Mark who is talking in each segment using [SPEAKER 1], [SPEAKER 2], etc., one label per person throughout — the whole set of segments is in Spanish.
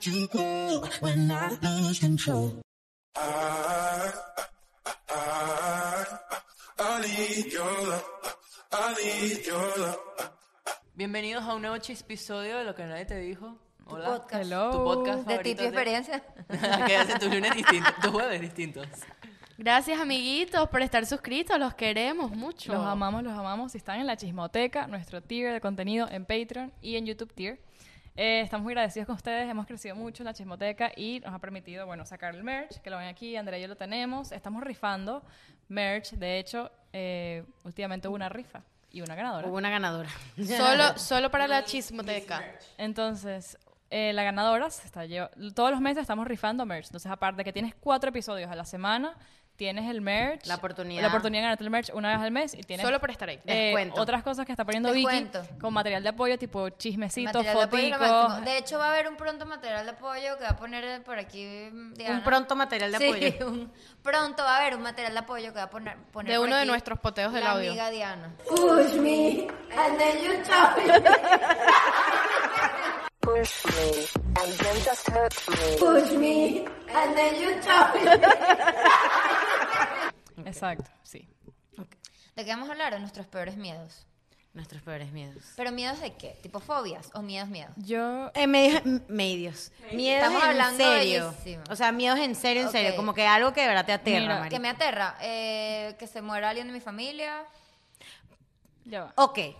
[SPEAKER 1] You go when I lose control.
[SPEAKER 2] I, I, I need your love. I need your love.
[SPEAKER 3] Bienvenidos a un nuevo episodio de Lo que nadie te dijo. Hola.
[SPEAKER 4] podcast.
[SPEAKER 5] Hello.
[SPEAKER 3] Tu podcast
[SPEAKER 4] De
[SPEAKER 3] favorito
[SPEAKER 4] tipo experiencia.
[SPEAKER 3] que hacen tus lunes distintos, tus jueves distintos.
[SPEAKER 6] Gracias, amiguitos, por estar suscritos. Los queremos mucho.
[SPEAKER 5] Los amamos, los amamos. Si están en la chismoteca, nuestro tier de contenido en Patreon y en YouTube tier. Eh, estamos muy agradecidos con ustedes, hemos crecido mucho en la chismoteca y nos ha permitido, bueno, sacar el merch, que lo ven aquí, Andrea y yo lo tenemos. Estamos rifando merch, de hecho, eh, últimamente hubo una rifa y una ganadora.
[SPEAKER 6] Hubo una ganadora. Solo, solo para la chismoteca.
[SPEAKER 5] Entonces, eh, la ganadora se está lleva- todos los meses estamos rifando merch. Entonces, aparte de que tienes cuatro episodios a la semana, tienes el merch,
[SPEAKER 4] La oportunidad.
[SPEAKER 5] la oportunidad de ganarte el merch una vez al mes y tienes
[SPEAKER 6] Solo por estar ahí.
[SPEAKER 5] eh,
[SPEAKER 4] Descuento.
[SPEAKER 5] otras cosas que está poniendo
[SPEAKER 4] Descuento.
[SPEAKER 5] Vicky con material de apoyo tipo chismecitos,
[SPEAKER 4] Material de apoyo es lo
[SPEAKER 5] foticos.
[SPEAKER 4] máximo. De hecho, va a haber un pronto material de apoyo que va a poner eh, por aquí mm, Diana.
[SPEAKER 6] Un pronto material de
[SPEAKER 4] Sí,
[SPEAKER 6] apoyo.
[SPEAKER 4] un- pronto va a haber un material de apoyo que va a poner, poner
[SPEAKER 6] De
[SPEAKER 4] por
[SPEAKER 6] uno de
[SPEAKER 4] aquí
[SPEAKER 6] nuestros poteos del
[SPEAKER 4] la
[SPEAKER 6] audio.
[SPEAKER 4] amiga Diana.
[SPEAKER 7] Push me, and then just hurt me.
[SPEAKER 5] Exacto, sí.
[SPEAKER 4] ¿De qué vamos a hablar? De nuestros peores miedos.
[SPEAKER 6] Nuestros peores miedos.
[SPEAKER 4] ¿Pero miedos de qué? ¿Tipo fobias o miedos, miedos?
[SPEAKER 5] Yo
[SPEAKER 6] Eh, medios. m- medios. Miedos
[SPEAKER 4] Estamos
[SPEAKER 6] en
[SPEAKER 4] hablando
[SPEAKER 6] serio.
[SPEAKER 4] bellísimo.
[SPEAKER 6] O sea, miedos en serio, en serio.
[SPEAKER 4] Ok.
[SPEAKER 6] Como que algo que de verdad te aterra,
[SPEAKER 5] Mira,
[SPEAKER 6] marica.
[SPEAKER 4] Que me aterra. Eh, que se muera alguien de mi familia.
[SPEAKER 5] ya va.
[SPEAKER 6] Ok. Eso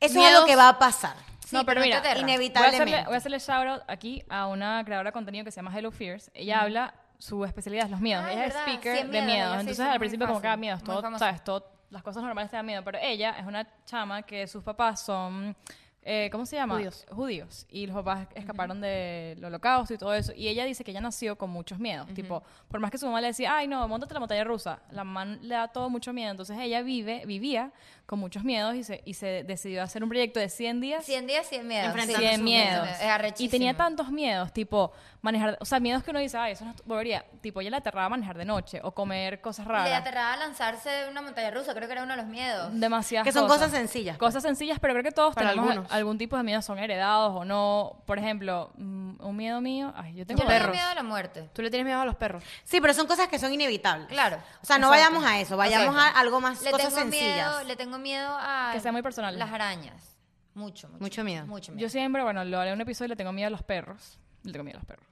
[SPEAKER 6] es Miedos- algo que va a pasar.
[SPEAKER 4] Sí,
[SPEAKER 5] No, pero
[SPEAKER 4] te
[SPEAKER 5] mira,
[SPEAKER 4] aterra.
[SPEAKER 6] inevit-
[SPEAKER 5] Voy a hacerle-
[SPEAKER 6] Inevitablemente.
[SPEAKER 5] Voy a hacerle shout out aquí a una creadora de contenido que se llama Hello Fears. Ella habla, su especialidad es los miedos.
[SPEAKER 4] Ah, es
[SPEAKER 5] ella es
[SPEAKER 4] verdad.
[SPEAKER 5] speaker
[SPEAKER 4] Sí, es
[SPEAKER 5] de
[SPEAKER 4] miedo,
[SPEAKER 5] miedos.
[SPEAKER 4] ella se
[SPEAKER 5] Entonces
[SPEAKER 4] hizo
[SPEAKER 5] al
[SPEAKER 4] muy
[SPEAKER 5] principio como que da
[SPEAKER 4] fácil,
[SPEAKER 5] miedo,
[SPEAKER 4] muy
[SPEAKER 5] todo,
[SPEAKER 4] famosa.
[SPEAKER 5] sabes, todo, las cosas normales te dan miedo. Pero ella es una chama que sus papás son, eh, ¿cómo se llama?
[SPEAKER 6] Judíos.
[SPEAKER 5] Judíos. Y los papás escaparon del holocausto y todo eso. Y ella dice que ella nació con muchos miedos. Tipo, por más que su mamá le decía, ay no, montate la montaña rusa. La mamá le da todo mucho miedo. Entonces ella vive, vivía con muchos miedos y se, y se decidió hacer un proyecto de 100 días
[SPEAKER 4] 100 días, 100 miedos.
[SPEAKER 6] Enfrentando
[SPEAKER 4] Sí,
[SPEAKER 5] de
[SPEAKER 4] es
[SPEAKER 5] miedos.
[SPEAKER 4] arrechísimo.
[SPEAKER 5] Y tenía tantos miedos, tipo manejar, o sea, miedos que uno dice, ay, eso no es bobería. Tipo, ella le aterraba manejar de noche o comer cosas
[SPEAKER 4] Le
[SPEAKER 5] raras.
[SPEAKER 4] aterraba lanzarse de una montaña rusa, creo que era uno de los miedos.
[SPEAKER 5] Demasiadas
[SPEAKER 6] Que son cosas
[SPEAKER 5] cosas
[SPEAKER 6] sencillas, pues.
[SPEAKER 5] Cosas sencillas, pero creo que todos
[SPEAKER 6] Para
[SPEAKER 5] tenemos
[SPEAKER 6] algunos.
[SPEAKER 5] algún tipo de miedo, son heredados o no. Por ejemplo, mm, un miedo mío, ay, yo tengo
[SPEAKER 4] Yo le tengo
[SPEAKER 5] perros.
[SPEAKER 4] miedo a la muerte.
[SPEAKER 6] Tú le tienes miedo a los perros. Sí, pero son cosas que son inevitables.
[SPEAKER 4] Claro.
[SPEAKER 6] O sea, no
[SPEAKER 4] Exacto.
[SPEAKER 6] vayamos a eso, vayamos
[SPEAKER 4] Ok.
[SPEAKER 6] a algo más,
[SPEAKER 4] Le
[SPEAKER 6] cosas
[SPEAKER 4] tengo
[SPEAKER 6] sencillas.
[SPEAKER 4] Miedo, le tengo miedo a...
[SPEAKER 5] Que sea muy personal.
[SPEAKER 4] Las arañas. Mucho, mucho.
[SPEAKER 6] Mucho miedo.
[SPEAKER 4] Mucho miedo.
[SPEAKER 5] Yo siempre, bueno, lo haré en un episodio, le tengo miedo a los perros. Le tengo miedo a los perros.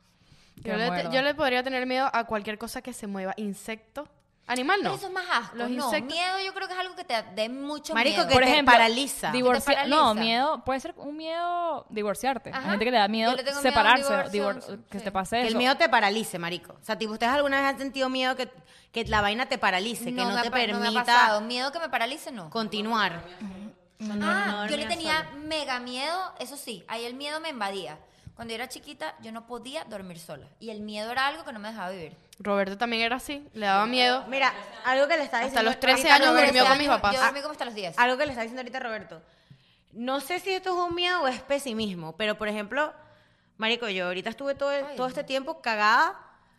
[SPEAKER 5] Que
[SPEAKER 8] Yo
[SPEAKER 5] me
[SPEAKER 8] le, te-
[SPEAKER 5] muerdan.
[SPEAKER 8] yo le podría tener miedo a cualquier cosa que se mueva, insecto, animal
[SPEAKER 4] Pero
[SPEAKER 8] no.
[SPEAKER 4] eso es más asco.
[SPEAKER 8] Los
[SPEAKER 4] no,
[SPEAKER 8] insectos-
[SPEAKER 4] miedo yo creo que es algo que te dé mucho
[SPEAKER 6] Marico,
[SPEAKER 4] miedo.
[SPEAKER 6] que te paraliza.
[SPEAKER 5] divorcia-
[SPEAKER 4] Que te paraliza.
[SPEAKER 5] No, miedo, puede ser un miedo divorciarte.
[SPEAKER 4] Ajá.
[SPEAKER 5] Hay gente que le da miedo
[SPEAKER 4] Yo le tengo miedo a un
[SPEAKER 5] separarse, o
[SPEAKER 4] divorcio,
[SPEAKER 5] divor- que
[SPEAKER 4] sí.
[SPEAKER 5] te pase
[SPEAKER 6] Que
[SPEAKER 5] eso.
[SPEAKER 6] el miedo te paralice, marico. O sea, tipo, ¿ustedes alguna vez han sentido miedo que, que la vaina te paralice, que no
[SPEAKER 4] me
[SPEAKER 6] te
[SPEAKER 4] ha pa-
[SPEAKER 6] permita
[SPEAKER 4] No me ha pasado. Miedo que me paralice, no.
[SPEAKER 6] continuar?
[SPEAKER 4] Ah, yo le tenía mega miedo, eso sí, ahí el miedo me invadía. Cuando yo era chiquita, yo no podía dormir sola. Y el miedo era algo que no me dejaba vivir.
[SPEAKER 8] Roberto también era así, le daba miedo.
[SPEAKER 6] Mira, algo que le estaba diciendo...
[SPEAKER 8] Hasta los 13
[SPEAKER 6] ahorita
[SPEAKER 8] años
[SPEAKER 6] Roberto,
[SPEAKER 8] durmió con
[SPEAKER 4] Yo-
[SPEAKER 8] mis papás.
[SPEAKER 4] Yo dormí como hasta los 10.
[SPEAKER 6] Algo que le estaba diciendo ahorita Roberto. No sé si esto es un miedo o es pesimismo, pero, por ejemplo, marico, yo ahorita estuve todo, el- todo este tiempo cagada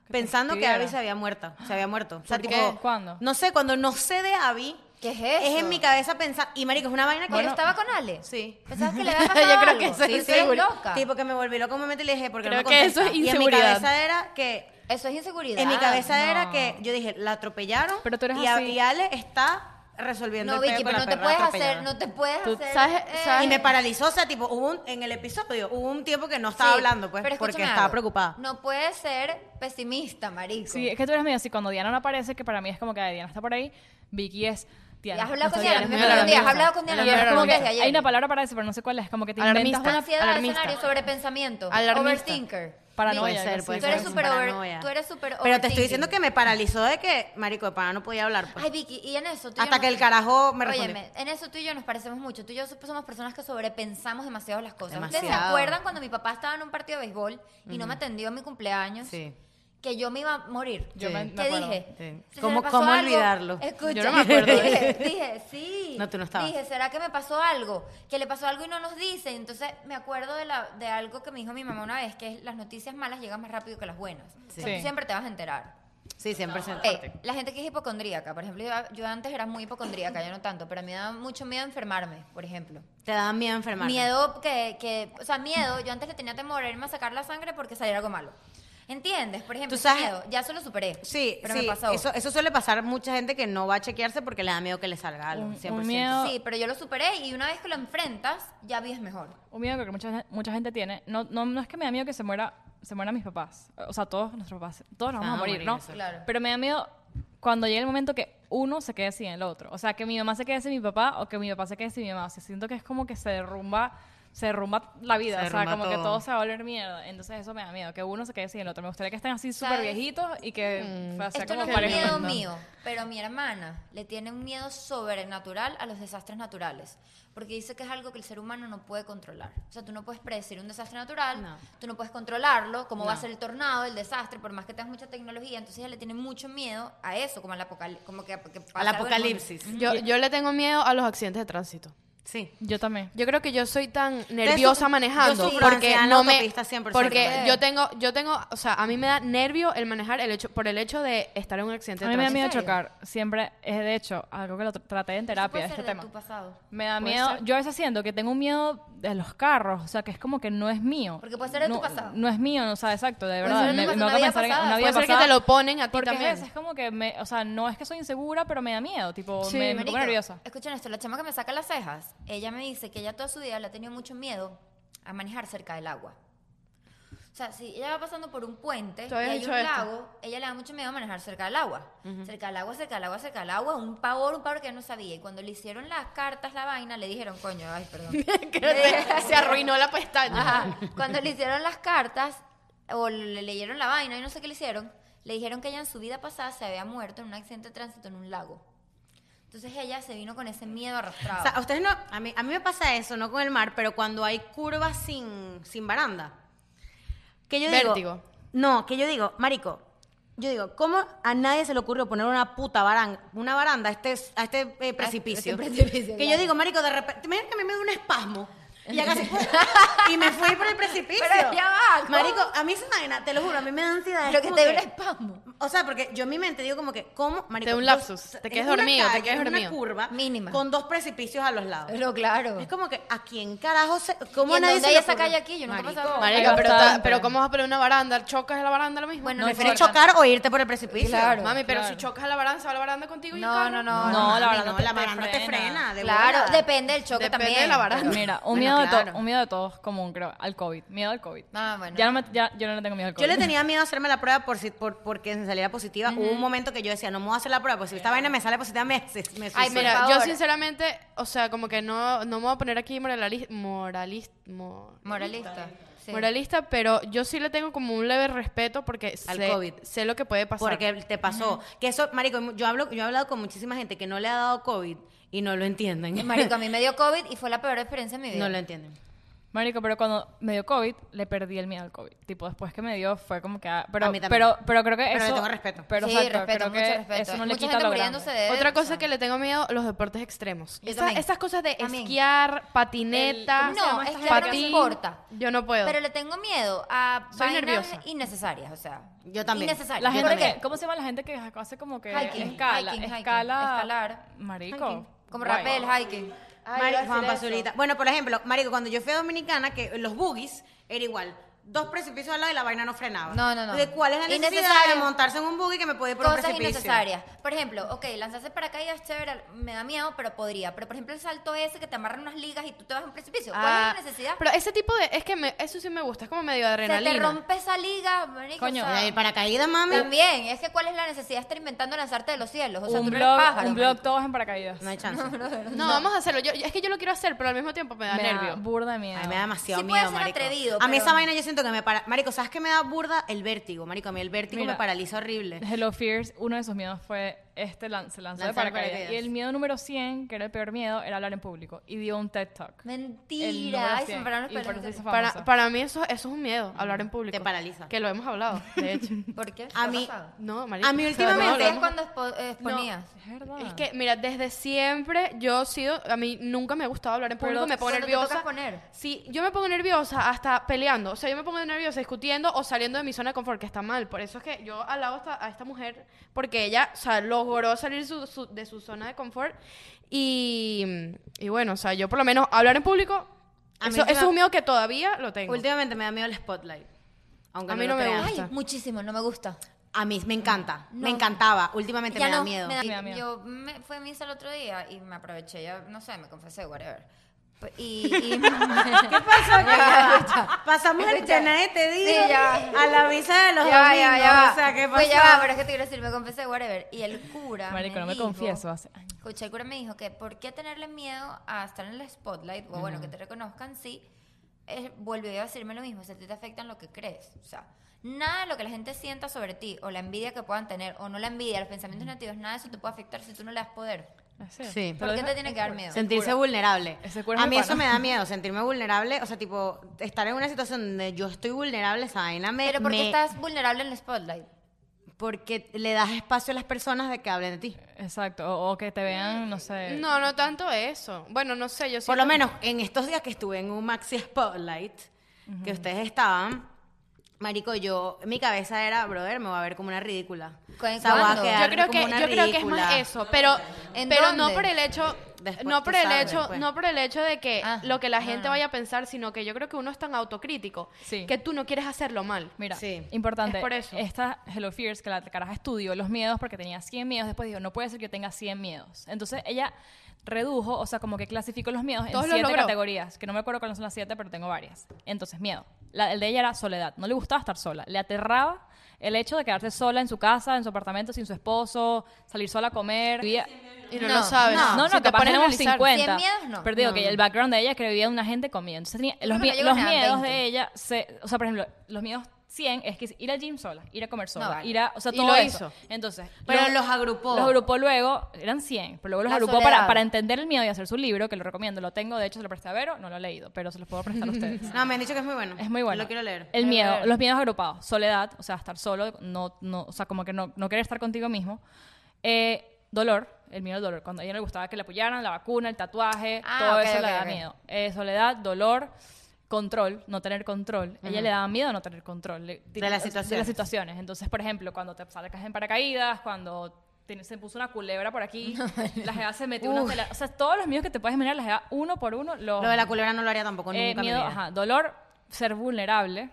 [SPEAKER 6] pensando que
[SPEAKER 5] escribiera.
[SPEAKER 6] Abby se había muerto. Se había muerto. O sea,
[SPEAKER 5] ¿Por
[SPEAKER 6] tipo,
[SPEAKER 5] qué? ¿Cuándo?
[SPEAKER 6] No sé, cuando no sé de Abby...
[SPEAKER 4] ¿Qué es
[SPEAKER 6] Es
[SPEAKER 4] eso?
[SPEAKER 6] en mi cabeza pensar... Y, marico, es una vaina que...
[SPEAKER 4] Cuando estaba con Ale.
[SPEAKER 6] Sí.
[SPEAKER 4] Pensabas que le había pasado Yo creo que
[SPEAKER 8] eso es
[SPEAKER 6] seguro.
[SPEAKER 4] loca.
[SPEAKER 6] Tipo que me volví loca un momento y le dije, porque
[SPEAKER 8] Creo
[SPEAKER 6] no me
[SPEAKER 8] que eso
[SPEAKER 6] contesta?
[SPEAKER 8] es
[SPEAKER 6] Y en mi
[SPEAKER 8] inseguridad.
[SPEAKER 6] cabeza era que
[SPEAKER 4] Eso es inseguridad.
[SPEAKER 6] en mi cabeza era
[SPEAKER 5] no.
[SPEAKER 6] que yo dije, la atropellaron
[SPEAKER 5] Pero tú eres
[SPEAKER 6] y, a-
[SPEAKER 5] así.
[SPEAKER 6] y Ale está resolviendo
[SPEAKER 4] No,
[SPEAKER 6] el pedo
[SPEAKER 4] Vicky,
[SPEAKER 6] con
[SPEAKER 4] pero
[SPEAKER 6] la
[SPEAKER 4] no te
[SPEAKER 6] perra
[SPEAKER 4] puedes hacer,
[SPEAKER 6] atropellada.
[SPEAKER 4] no te puedes
[SPEAKER 8] Tú
[SPEAKER 4] hacer. eh,
[SPEAKER 8] sabes- sabes-
[SPEAKER 6] Y me paralizó, o sea, tipo, hubo un- en el episodio hubo un tiempo que no
[SPEAKER 4] sí,
[SPEAKER 6] estaba hablando, pues,
[SPEAKER 4] pero
[SPEAKER 6] porque
[SPEAKER 4] escúchame
[SPEAKER 6] estaba
[SPEAKER 4] algo.
[SPEAKER 6] preocupada.
[SPEAKER 4] No puedes ser pesimista, marico.
[SPEAKER 5] Sí, es que tú eres medio así. Cuando Diana no aparece, que para mí es como que "Ay, Diana está por ahí, Vicky es. Diana,
[SPEAKER 4] Ya has hablado
[SPEAKER 5] no
[SPEAKER 4] con
[SPEAKER 5] sé,
[SPEAKER 4] Diana,
[SPEAKER 5] es
[SPEAKER 4] me
[SPEAKER 5] muy
[SPEAKER 8] acuerdo un día, has
[SPEAKER 5] alarmista.
[SPEAKER 4] hablado con Diana,
[SPEAKER 5] Y es
[SPEAKER 4] me
[SPEAKER 5] como que
[SPEAKER 4] acuerdo desde ayer.
[SPEAKER 5] Hay una palabra para eso, pero no sé cuál es. Como que te
[SPEAKER 8] Alarmista.
[SPEAKER 5] inventas una.
[SPEAKER 4] Ansiedad,
[SPEAKER 8] Alarmista.
[SPEAKER 4] escenario, sobrepensamiento,
[SPEAKER 8] Alarmista.
[SPEAKER 4] overthinker.
[SPEAKER 5] Paranoia,
[SPEAKER 4] Sí,
[SPEAKER 5] algo así.
[SPEAKER 4] Tú
[SPEAKER 6] puede
[SPEAKER 4] eres
[SPEAKER 6] ser.
[SPEAKER 4] súper
[SPEAKER 6] Paranoia.
[SPEAKER 4] over, tú eres súper
[SPEAKER 6] Pero te estoy
[SPEAKER 4] overthinking.
[SPEAKER 6] diciendo que me paralizó de que, marico, de pana no podía hablar, pues.
[SPEAKER 4] Ay, Vicky, y en eso tú y yo
[SPEAKER 6] Hasta
[SPEAKER 4] nos-
[SPEAKER 6] que el carajo me respondió.
[SPEAKER 4] Óyeme, en eso tú y yo nos parecemos mucho. Tú y yo so- somos personas que sobrepensamos demasiado las cosas. ¿Ustedes se
[SPEAKER 6] Demasiado.
[SPEAKER 4] acuerdan cuando mi papá estaba en un partido de béisbol y no me atendió en mi cumpleaños?
[SPEAKER 6] Sí.
[SPEAKER 4] Que yo me iba a morir.
[SPEAKER 5] Yo
[SPEAKER 4] ¿Qué
[SPEAKER 5] me- me acuerdo.
[SPEAKER 4] dije?
[SPEAKER 6] Sí.
[SPEAKER 4] ¿Se
[SPEAKER 6] ¿Cómo-
[SPEAKER 4] me pasó
[SPEAKER 6] cómo
[SPEAKER 4] algo?
[SPEAKER 6] olvidarlo?
[SPEAKER 4] Escucha,
[SPEAKER 8] Yo no me acuerdo de
[SPEAKER 4] Dije, dije, sí.
[SPEAKER 6] No, tú no estabas.
[SPEAKER 4] Dije, ¿será que me pasó algo? Que le pasó algo y no nos dicen. Entonces me acuerdo de, la, de algo que me dijo mi mamá una vez, que es las noticias malas llegan más rápido que las buenas. O sea,
[SPEAKER 5] Sí.
[SPEAKER 4] tú siempre te vas a enterar.
[SPEAKER 6] Sí, 100%.
[SPEAKER 4] Ey, la gente que es hipocondríaca, por ejemplo, yo, yo antes era muy hipocondríaca, ya no tanto, pero a mí me daba mucho miedo enfermarme, por ejemplo.
[SPEAKER 6] Te da miedo enfermar.
[SPEAKER 4] Miedo que, que, o sea, miedo, yo antes le tenía temor a irme a sacar la sangre porque saliera algo malo. ¿Entiendes? Por ejemplo,
[SPEAKER 6] Tú
[SPEAKER 4] ese
[SPEAKER 6] sabes-
[SPEAKER 4] miedo, ya eso lo superé.
[SPEAKER 6] Sí,
[SPEAKER 4] pero
[SPEAKER 6] sí.
[SPEAKER 4] me pasó.
[SPEAKER 6] Eso, eso suele pasar mucha gente que no va a chequearse porque le da miedo que le salga algo.
[SPEAKER 5] Un- un
[SPEAKER 6] 100%.
[SPEAKER 5] miedo-
[SPEAKER 4] Sí, pero yo lo superé y una vez que lo enfrentas, ya vives mejor.
[SPEAKER 5] Un miedo que mucha, mucha gente tiene. No, no, no es que me da miedo que se muera se mueran mis papás. O sea, todos nuestros papás. Todos nos
[SPEAKER 6] Se
[SPEAKER 5] vamos a
[SPEAKER 6] van a
[SPEAKER 5] morir,
[SPEAKER 6] morir,
[SPEAKER 5] ¿no?
[SPEAKER 6] eso.
[SPEAKER 4] Claro.
[SPEAKER 5] Pero me da miedo cuando llegue el momento que uno se quede sin el otro. O sea, que mi mamá se quede sin mi papá o que mi papá se quede sin mi mamá. O sea, siento que es como que se derrumba se derrumba la vida,
[SPEAKER 6] Se
[SPEAKER 5] o sea,
[SPEAKER 6] derrumba
[SPEAKER 5] como que
[SPEAKER 6] todo.
[SPEAKER 5] todo se va a volver mierda. Entonces eso me da miedo, que uno se quede sin el otro. Me gustaría que estén así súper
[SPEAKER 4] ¿Sabes? Mm.
[SPEAKER 5] viejitos y que o sea, sea
[SPEAKER 4] Esto
[SPEAKER 5] como
[SPEAKER 4] no es un
[SPEAKER 5] pareja.
[SPEAKER 4] miedo mío, pero mi hermana le tiene un miedo sobrenatural a los desastres naturales, porque dice que es algo que el ser humano no puede controlar. O sea, tú no puedes predecir un desastre natural,
[SPEAKER 6] No.
[SPEAKER 4] tú no puedes controlarlo, cómo va a
[SPEAKER 6] No.
[SPEAKER 4] ser el tornado, el desastre, por más que tengas mucha tecnología, entonces ella le tiene mucho miedo a eso, como al apocal- como que, que pase
[SPEAKER 6] Al
[SPEAKER 4] algo en el
[SPEAKER 6] apocalipsis.
[SPEAKER 8] Yo,
[SPEAKER 4] mundo.
[SPEAKER 8] yo le tengo miedo a los accidentes de tránsito.
[SPEAKER 6] Sí.
[SPEAKER 5] Yo también.
[SPEAKER 8] Yo creo que yo soy tan nerviosa
[SPEAKER 6] su- yo
[SPEAKER 8] manejando
[SPEAKER 6] sufro
[SPEAKER 8] porque
[SPEAKER 6] ansiedad en
[SPEAKER 8] no
[SPEAKER 6] la
[SPEAKER 8] me
[SPEAKER 6] autopista 100%.
[SPEAKER 8] porque
[SPEAKER 4] Sí.
[SPEAKER 8] yo tengo yo tengo, o sea, a mí me da nervio el manejar el hecho por el hecho de estar en un accidente
[SPEAKER 5] A
[SPEAKER 8] de
[SPEAKER 5] mí me da
[SPEAKER 8] tránsito.
[SPEAKER 5] miedo chocar. Siempre es, de hecho, algo que lo tr- traté en
[SPEAKER 4] Eso
[SPEAKER 5] terapia,
[SPEAKER 4] puede
[SPEAKER 5] este
[SPEAKER 4] ser de
[SPEAKER 5] tema.
[SPEAKER 4] tu pasado.
[SPEAKER 5] Me da
[SPEAKER 8] Puede
[SPEAKER 5] miedo.
[SPEAKER 8] ser.
[SPEAKER 5] Yo a veces siento que tengo un miedo de los carros, o sea, que es como que no es mío.
[SPEAKER 4] Porque puede ser de tu
[SPEAKER 5] no,
[SPEAKER 4] pasado.
[SPEAKER 5] No es mío, no, o sea, exacto, de
[SPEAKER 4] Puede
[SPEAKER 5] verdad.
[SPEAKER 4] ser de
[SPEAKER 5] Me,
[SPEAKER 4] tu
[SPEAKER 5] me
[SPEAKER 4] pasado,
[SPEAKER 5] toca
[SPEAKER 4] una vida
[SPEAKER 5] pensar que
[SPEAKER 4] pasada.
[SPEAKER 5] una vida
[SPEAKER 8] Puede ser que
[SPEAKER 5] pasada,
[SPEAKER 8] te lo ponen a ti
[SPEAKER 5] porque
[SPEAKER 8] también.
[SPEAKER 5] a veces es como que, me, o sea, no es que soy insegura, pero me da miedo, tipo,
[SPEAKER 8] Sí,
[SPEAKER 5] me, me
[SPEAKER 4] Marico,
[SPEAKER 5] pongo nerviosa.
[SPEAKER 4] Escuchen esto, la chama que me saca las cejas, ella me dice que ella toda su vida le ha tenido mucho miedo a manejar cerca del agua. O sea, si ella va pasando por un puente y
[SPEAKER 8] Tú habías
[SPEAKER 4] hay
[SPEAKER 8] dicho
[SPEAKER 4] un
[SPEAKER 8] esto.
[SPEAKER 4] lago, ella le da mucho miedo a manejar cerca del agua. Cerca del agua, cerca del agua, cerca del agua, un pavor, un pavor que ella no sabía. Y cuando le hicieron las cartas, la vaina, le dijeron, coño, ay, perdón.
[SPEAKER 8] se, se arruinó la pestaña.
[SPEAKER 4] Ajá. Cuando le hicieron las cartas o le leyeron la vaina y no sé qué le hicieron, le dijeron que ella en su vida pasada se había muerto en un accidente de tránsito en un lago. Entonces ella se vino con ese miedo arrastrado.
[SPEAKER 6] O sea, a ustedes no, a mí, a mí me pasa eso, no con el mar, pero cuando hay curvas sin, sin baranda. Que yo
[SPEAKER 8] Vértigo.
[SPEAKER 6] digo, no, que yo digo, marico, yo digo, ¿cómo a nadie se le ocurrió poner una puta baranda, una baranda a este, a este eh, precipicio?
[SPEAKER 4] precipicio,
[SPEAKER 6] que yo
[SPEAKER 4] claro.
[SPEAKER 6] digo, marico, de repente, imagínate que a mí me dio un espasmo. Y, ya casi, y me fui por el precipicio.
[SPEAKER 4] Pero ya va, ¿cómo?
[SPEAKER 6] Marico, a mí esa vaina, te lo juro, a mí me da ansiedad. es
[SPEAKER 4] Lo que
[SPEAKER 6] como
[SPEAKER 4] te dio un espasmo.
[SPEAKER 6] o sea, porque yo en mi mente digo como que, ¿cómo, marico?
[SPEAKER 8] Te da un
[SPEAKER 6] yo-
[SPEAKER 8] lapsus, te
[SPEAKER 6] en
[SPEAKER 8] quedas
[SPEAKER 6] una
[SPEAKER 8] dormido, te
[SPEAKER 6] calle,
[SPEAKER 8] quedas
[SPEAKER 6] en
[SPEAKER 8] dormido.
[SPEAKER 6] Una curva
[SPEAKER 4] Mínima.
[SPEAKER 6] con dos precipicios a los lados.
[SPEAKER 4] Pero claro.
[SPEAKER 6] Es como que, ¿a quién carajo se...?
[SPEAKER 4] ¿Y
[SPEAKER 6] ¿Cómo
[SPEAKER 4] en
[SPEAKER 6] nadie
[SPEAKER 4] dónde
[SPEAKER 6] se
[SPEAKER 4] hay
[SPEAKER 6] le
[SPEAKER 4] esa
[SPEAKER 6] ocurrió?
[SPEAKER 4] calle aquí? Yo nunca he
[SPEAKER 6] Marico,
[SPEAKER 4] pasado.
[SPEAKER 8] Marica,
[SPEAKER 5] Hay
[SPEAKER 8] pero, ta-
[SPEAKER 5] bastante.
[SPEAKER 8] pero ¿cómo vas a poner una baranda? ¿Chocas a la baranda lo mismo?
[SPEAKER 4] Bueno,
[SPEAKER 6] No,
[SPEAKER 4] no
[SPEAKER 6] ¿Prefieres
[SPEAKER 4] importa.
[SPEAKER 6] chocar o irte por el precipicio?
[SPEAKER 4] Claro.
[SPEAKER 8] Mami, pero
[SPEAKER 5] Claro.
[SPEAKER 8] si chocas a la baranda, se va a la baranda contigo y
[SPEAKER 4] No,
[SPEAKER 8] el carro.
[SPEAKER 4] no, no.
[SPEAKER 6] No,
[SPEAKER 5] No, la
[SPEAKER 6] mami,
[SPEAKER 5] baranda
[SPEAKER 6] no,
[SPEAKER 5] te-
[SPEAKER 6] la
[SPEAKER 5] te
[SPEAKER 6] baranda te
[SPEAKER 5] frena.
[SPEAKER 6] frena. de
[SPEAKER 4] Claro,
[SPEAKER 6] bola.
[SPEAKER 4] depende del choque
[SPEAKER 8] Depende
[SPEAKER 4] también.
[SPEAKER 8] de la baranda.
[SPEAKER 5] Mira, un,
[SPEAKER 6] Bueno,
[SPEAKER 5] miedo de to-
[SPEAKER 6] claro.
[SPEAKER 5] un miedo de todos común, creo, al COVID. Miedo al COVID.
[SPEAKER 4] Ah, bueno.
[SPEAKER 5] Ya no me- ya- yo no le tengo miedo al COVID.
[SPEAKER 6] Yo le tenía miedo a hacerme la prueba por si, por, porque se saliera positiva. Hubo un momento que yo decía, no me voy a hacer la prueba, porque si esta vaina me sale positiva, me, se- me
[SPEAKER 4] Ay,
[SPEAKER 6] suicido.
[SPEAKER 4] Por
[SPEAKER 8] Mira, yo
[SPEAKER 4] favor.
[SPEAKER 8] sinceramente, o sea, como que no, no me voy a poner aquí moralista, moralista, mo-
[SPEAKER 4] Moralista. sí.
[SPEAKER 8] moralista, pero yo sí le tengo como un leve respeto porque
[SPEAKER 6] Al
[SPEAKER 8] sé,
[SPEAKER 6] COVID.
[SPEAKER 8] sé lo que puede pasar.
[SPEAKER 6] Porque te pasó. Que eso, marico, yo hablo, yo he hablado con muchísima gente que no le ha dado COVID y no lo entienden.
[SPEAKER 4] Marico, a mí me dio COVID y fue la peor experiencia de mi vida.
[SPEAKER 6] no lo entienden.
[SPEAKER 5] Marico, pero cuando me dio COVID, le perdí el miedo al COVID. Tipo, después que me dio, fue como que... ah, pero,
[SPEAKER 6] A mí también.
[SPEAKER 5] pero, pero creo que
[SPEAKER 6] Pero
[SPEAKER 5] eso...
[SPEAKER 6] le tengo respeto.
[SPEAKER 5] Pero
[SPEAKER 4] Sí,
[SPEAKER 5] exacto,
[SPEAKER 4] respeto,
[SPEAKER 5] creo
[SPEAKER 4] mucho
[SPEAKER 5] que
[SPEAKER 4] respeto.
[SPEAKER 5] eso no le
[SPEAKER 4] Mucha
[SPEAKER 5] quita
[SPEAKER 4] gente
[SPEAKER 5] lo
[SPEAKER 4] muriéndose
[SPEAKER 5] grande.
[SPEAKER 4] de-
[SPEAKER 8] Otra
[SPEAKER 4] o
[SPEAKER 8] cosa
[SPEAKER 4] sea.
[SPEAKER 8] que le tengo miedo, los deportes extremos.
[SPEAKER 4] Yo
[SPEAKER 8] Esas-
[SPEAKER 4] también.
[SPEAKER 8] estas cosas de
[SPEAKER 4] También.
[SPEAKER 8] esquiar, patineta,
[SPEAKER 5] El- ¿cómo se
[SPEAKER 4] No,
[SPEAKER 5] llama
[SPEAKER 4] es
[SPEAKER 5] esta
[SPEAKER 4] que no me
[SPEAKER 5] gente?
[SPEAKER 4] importa.
[SPEAKER 8] yo no puedo.
[SPEAKER 4] Pero le tengo miedo a
[SPEAKER 8] Soy
[SPEAKER 4] vainas
[SPEAKER 8] nerviosa.
[SPEAKER 4] innecesarias, o sea.
[SPEAKER 6] Yo también.
[SPEAKER 4] Innecesarias.
[SPEAKER 5] La
[SPEAKER 4] Yo
[SPEAKER 5] gente
[SPEAKER 4] también.
[SPEAKER 5] que, ¿Cómo se llama la gente que hace como que
[SPEAKER 4] Hiking,
[SPEAKER 5] escala?
[SPEAKER 4] hiking, hiking,
[SPEAKER 5] escala
[SPEAKER 4] escalar.
[SPEAKER 5] Marico.
[SPEAKER 4] Hiking. Como
[SPEAKER 5] guay.
[SPEAKER 4] rappel, hiking.
[SPEAKER 6] Mari- Juan Pazurita. Bueno, por ejemplo, Marico, cuando yo fui a Dominicana, que los boogies era igual. Dos precipicios al lado y la vaina no frenaba.
[SPEAKER 4] No, no, no.
[SPEAKER 6] ¿De cuál es la necesidad de
[SPEAKER 4] Innecesario.
[SPEAKER 6] montarse en un buggy que me puede ir por un
[SPEAKER 4] Cosas
[SPEAKER 6] precipicio?
[SPEAKER 4] innecesarias. Por ejemplo, ok, lanzarse paracaídas chévere, me da miedo, pero podría. Pero por ejemplo, el salto ese que te amarran unas ligas y tú te vas a un precipicio. ¿Cuál
[SPEAKER 8] Ah,
[SPEAKER 4] es la necesidad?
[SPEAKER 8] Pero ese tipo de, es que me- eso sí me gusta, es como medio de
[SPEAKER 4] Se
[SPEAKER 8] adrenalina.
[SPEAKER 4] te rompe esa liga, marico.
[SPEAKER 5] Coño,
[SPEAKER 4] o sea,
[SPEAKER 6] El paracaídas, mami.
[SPEAKER 4] también, es que ¿cuál es la necesidad de estar inventando lanzarte de los cielos? O sea,
[SPEAKER 5] un
[SPEAKER 4] tú no
[SPEAKER 5] blog,
[SPEAKER 4] eres pájaro.
[SPEAKER 5] un blog
[SPEAKER 4] marico.
[SPEAKER 5] todos en paracaídas.
[SPEAKER 6] No hay chance.
[SPEAKER 8] No, vamos a hacerlo. Yo, es que yo lo quiero hacer, pero al mismo tiempo me da
[SPEAKER 5] Me da
[SPEAKER 8] nervio.
[SPEAKER 5] burda de miedo.
[SPEAKER 6] Ay, me da demasiado
[SPEAKER 4] Sí puede
[SPEAKER 6] miedo,
[SPEAKER 4] ser
[SPEAKER 6] marico.
[SPEAKER 4] atrevido,
[SPEAKER 6] a mí
[SPEAKER 4] pero-
[SPEAKER 6] esa vaina yo siento que me para... Marico, ¿sabes qué me da burda? El vértigo, marico. A mí el vértigo
[SPEAKER 5] Mira.
[SPEAKER 6] me paraliza horrible.
[SPEAKER 5] Hello Fears, uno de sus miedos fue este lan- se lanzó de
[SPEAKER 6] Lanzar
[SPEAKER 5] paracaídas.
[SPEAKER 6] paracaídas.
[SPEAKER 5] Y el miedo número 100, que era el peor miedo, era hablar en público. Y dio un TED Talk. El número
[SPEAKER 4] Mentira. Ay, se
[SPEAKER 5] 100.
[SPEAKER 4] me pararon los
[SPEAKER 5] Y por
[SPEAKER 4] pelos.
[SPEAKER 5] eso se hizo
[SPEAKER 8] Para,
[SPEAKER 5] famosa.
[SPEAKER 8] para mí eso, eso es un miedo, hablar en público.
[SPEAKER 6] Te paraliza.
[SPEAKER 8] Que lo hemos hablado, de hecho.
[SPEAKER 4] ¿Por qué?
[SPEAKER 6] A mí-
[SPEAKER 8] No, marica.
[SPEAKER 6] A mí
[SPEAKER 8] o sea,
[SPEAKER 6] últimamente-
[SPEAKER 8] no
[SPEAKER 4] ¿Qué es
[SPEAKER 8] hablamos-
[SPEAKER 4] cuando expo- eh, exponías?
[SPEAKER 5] Es verdad.
[SPEAKER 8] Es que, mira, desde siempre yo he sido, a mí nunca me ha gustado hablar en público,
[SPEAKER 4] Pero
[SPEAKER 8] me pongo
[SPEAKER 4] solo te
[SPEAKER 8] nerviosa.
[SPEAKER 4] tocas poner.
[SPEAKER 8] Sí, yo me pongo nerviosa hasta peleando, o sea, yo me pongo nerviosa discutiendo o saliendo de mi zona de confort, que está mal. Por eso es que yo alabo esta- a esta mujer, porque ella, o sea, logró salir su- su- de su zona de confort. Y, y bueno, o sea, yo por lo menos hablar en público,
[SPEAKER 6] A mí
[SPEAKER 8] eso,
[SPEAKER 6] sí me-
[SPEAKER 8] eso es un miedo que todavía lo tengo.
[SPEAKER 6] Últimamente me da miedo el spotlight. Aunque
[SPEAKER 8] A mí
[SPEAKER 6] lo
[SPEAKER 8] no me
[SPEAKER 6] crean.
[SPEAKER 8] gusta.
[SPEAKER 4] Ay, muchísimo, no me gusta.
[SPEAKER 6] A mí me encanta.
[SPEAKER 4] No.
[SPEAKER 6] Me encantaba. Últimamente me da
[SPEAKER 4] no,
[SPEAKER 6] miedo.
[SPEAKER 4] me da-
[SPEAKER 5] Me da miedo.
[SPEAKER 4] Yo me, fui a misa el otro día y me aproveché, ya no sé, me confesé, whatever. P- Y, y- ¿Qué pasó?
[SPEAKER 6] Pasamos el
[SPEAKER 4] Escucha.
[SPEAKER 6] que nadie te
[SPEAKER 4] Sí,
[SPEAKER 6] digo
[SPEAKER 4] ya va.
[SPEAKER 6] a la misa de los
[SPEAKER 4] ya, va,
[SPEAKER 6] domingos.
[SPEAKER 4] ya, va, ya va.
[SPEAKER 6] O sea, ¿qué pasó?
[SPEAKER 4] Pues ya va, pero es que te quiero decir, me confesé, whatever. Y el cura.
[SPEAKER 5] Marico, no me
[SPEAKER 4] dijo-
[SPEAKER 5] confieso hace años.
[SPEAKER 4] Escucha, el cura me dijo que por qué tenerle miedo a estar en el spotlight, o bueno, que te reconozcan, sí, eh, volvió a decirme lo mismo, o sea, a ti te afectan lo que crees, o sea, nada de lo que la gente sienta sobre ti, o la envidia que puedan tener, o no la envidia, los pensamientos negativos, nada de eso te puede afectar si tú no le das poder.
[SPEAKER 5] Es cierto.
[SPEAKER 6] Sí.
[SPEAKER 5] Pero
[SPEAKER 4] ¿Por qué
[SPEAKER 5] deja-
[SPEAKER 4] te tiene
[SPEAKER 5] es
[SPEAKER 4] que dar
[SPEAKER 5] cool.
[SPEAKER 4] miedo?
[SPEAKER 6] Sentirse vulnerable.
[SPEAKER 5] Ese cuerpo
[SPEAKER 6] A mí
[SPEAKER 5] de
[SPEAKER 6] eso
[SPEAKER 5] pana.
[SPEAKER 6] me da miedo, sentirme vulnerable. O sea, tipo, estar en una situación donde yo estoy vulnerable, esa vaina me...
[SPEAKER 4] Pero ¿por qué
[SPEAKER 6] me-
[SPEAKER 4] estás vulnerable en el spotlight?
[SPEAKER 6] Porque le das espacio a las personas de que hablen de ti.
[SPEAKER 5] Exacto. O, o que te vean, no sé.
[SPEAKER 8] No, no tanto eso. Bueno, no sé, yo
[SPEAKER 6] Por lo
[SPEAKER 8] siento-
[SPEAKER 6] menos en estos días que estuve en un Maxi Spotlight, que ustedes estaban, Marico, yo, mi cabeza era, brother, me va a ver como una ridícula.
[SPEAKER 4] ¿Cu-
[SPEAKER 6] O sea, voy a
[SPEAKER 4] cuándo?
[SPEAKER 6] quedar
[SPEAKER 4] Yo
[SPEAKER 8] yo creo
[SPEAKER 6] como
[SPEAKER 8] que
[SPEAKER 6] una
[SPEAKER 8] yo creo que es más
[SPEAKER 6] ridícula.
[SPEAKER 8] eso pero
[SPEAKER 4] ¿En
[SPEAKER 8] pero
[SPEAKER 4] dónde?
[SPEAKER 8] no por el hecho
[SPEAKER 6] Después
[SPEAKER 8] no
[SPEAKER 6] tú
[SPEAKER 8] por el
[SPEAKER 6] sabes,
[SPEAKER 8] hecho
[SPEAKER 6] pues.
[SPEAKER 8] no por el hecho de que
[SPEAKER 4] Ah,
[SPEAKER 8] lo que la
[SPEAKER 4] no,
[SPEAKER 8] gente
[SPEAKER 4] no.
[SPEAKER 8] vaya a pensar sino que yo creo que uno es tan autocrítico
[SPEAKER 5] Sí.
[SPEAKER 8] que tú no quieres hacerlo mal
[SPEAKER 5] Mira,
[SPEAKER 6] Sí.
[SPEAKER 5] importante.
[SPEAKER 8] Es por eso.
[SPEAKER 5] Esta Hello Fears, que la caraja estudió los miedos porque tenía 100 miedos, después dijo, no puede ser que yo tenga 100 miedos. Entonces ella redujo, o sea, como que clasificó los miedos
[SPEAKER 8] Todos
[SPEAKER 5] en
[SPEAKER 8] los
[SPEAKER 5] siete
[SPEAKER 8] logró.
[SPEAKER 5] categorías, que no me acuerdo cuáles son las siete, pero tengo varias. Entonces, miedo. La- el de ella era soledad. No le gustaba estar sola. Le aterraba el hecho de quedarse sola en su casa, en su apartamento, sin su esposo, salir sola a comer. Vivía-
[SPEAKER 8] y no,
[SPEAKER 4] No,
[SPEAKER 8] lo sabes
[SPEAKER 4] no.
[SPEAKER 5] no, no,
[SPEAKER 8] Ah, Si te
[SPEAKER 5] capaz
[SPEAKER 8] pones a
[SPEAKER 5] tenemos
[SPEAKER 8] analizar.
[SPEAKER 5] 50.
[SPEAKER 4] Cien miedos, no.
[SPEAKER 5] Pero digo que
[SPEAKER 4] No.
[SPEAKER 5] el background de ella es que vivía una gente comiendo. Entonces tenía los,
[SPEAKER 4] no
[SPEAKER 5] mie-
[SPEAKER 4] llegan
[SPEAKER 5] los
[SPEAKER 4] a
[SPEAKER 5] miedos
[SPEAKER 4] 20.
[SPEAKER 5] de ella, se, o sea, por ejemplo, los miedos 100 es que es ir al gym sola, ir a comer sola,
[SPEAKER 4] vale.
[SPEAKER 5] ir a, o sea,
[SPEAKER 8] Y
[SPEAKER 5] todo
[SPEAKER 8] lo
[SPEAKER 5] eso.
[SPEAKER 8] hizo.
[SPEAKER 5] Entonces,
[SPEAKER 6] Pero los agrupó.
[SPEAKER 5] Los agrupó luego, eran 100, pero luego los
[SPEAKER 4] La
[SPEAKER 5] agrupó
[SPEAKER 4] soledad.
[SPEAKER 5] para, para entender el miedo y hacer su libro, que lo recomiendo, lo tengo, de hecho se lo presté a Vero, no lo he leído, pero se los puedo prestar a ustedes.
[SPEAKER 6] No, me han dicho que es muy bueno.
[SPEAKER 5] Es muy bueno.
[SPEAKER 6] Lo quiero leer.
[SPEAKER 5] El
[SPEAKER 8] Lo
[SPEAKER 5] miedo,
[SPEAKER 8] quiero leer.
[SPEAKER 5] los miedos agrupados. Soledad, o sea, estar solo, no, no, o sea, como que no, no querer estar contigo mismo. Eh, dolor, el miedo al dolor. Cuando a ella no le gustaba que la apoyaran, la vacuna, el tatuaje,
[SPEAKER 4] Ah,
[SPEAKER 5] todo
[SPEAKER 4] ok,
[SPEAKER 5] eso
[SPEAKER 4] ok,
[SPEAKER 5] le da
[SPEAKER 4] ok.
[SPEAKER 5] miedo. Eh, soledad, dolor, control, no tener control. A Ella le daba miedo no tener control. le-
[SPEAKER 6] De las
[SPEAKER 5] De
[SPEAKER 6] situaciones.
[SPEAKER 5] las situaciones. Entonces, por ejemplo, cuando te salgas en paracaídas, cuando... tienes- Se puso una culebra por aquí, la jeva se metió una tela- O sea, todos los miedos que te puedes imaginar, la jeva uno por uno los
[SPEAKER 6] Lo de la culebra no lo haría tampoco
[SPEAKER 5] eh,
[SPEAKER 6] nunca. en mi
[SPEAKER 5] miedo,
[SPEAKER 6] vida.
[SPEAKER 5] ajá, dolor, ser vulnerable,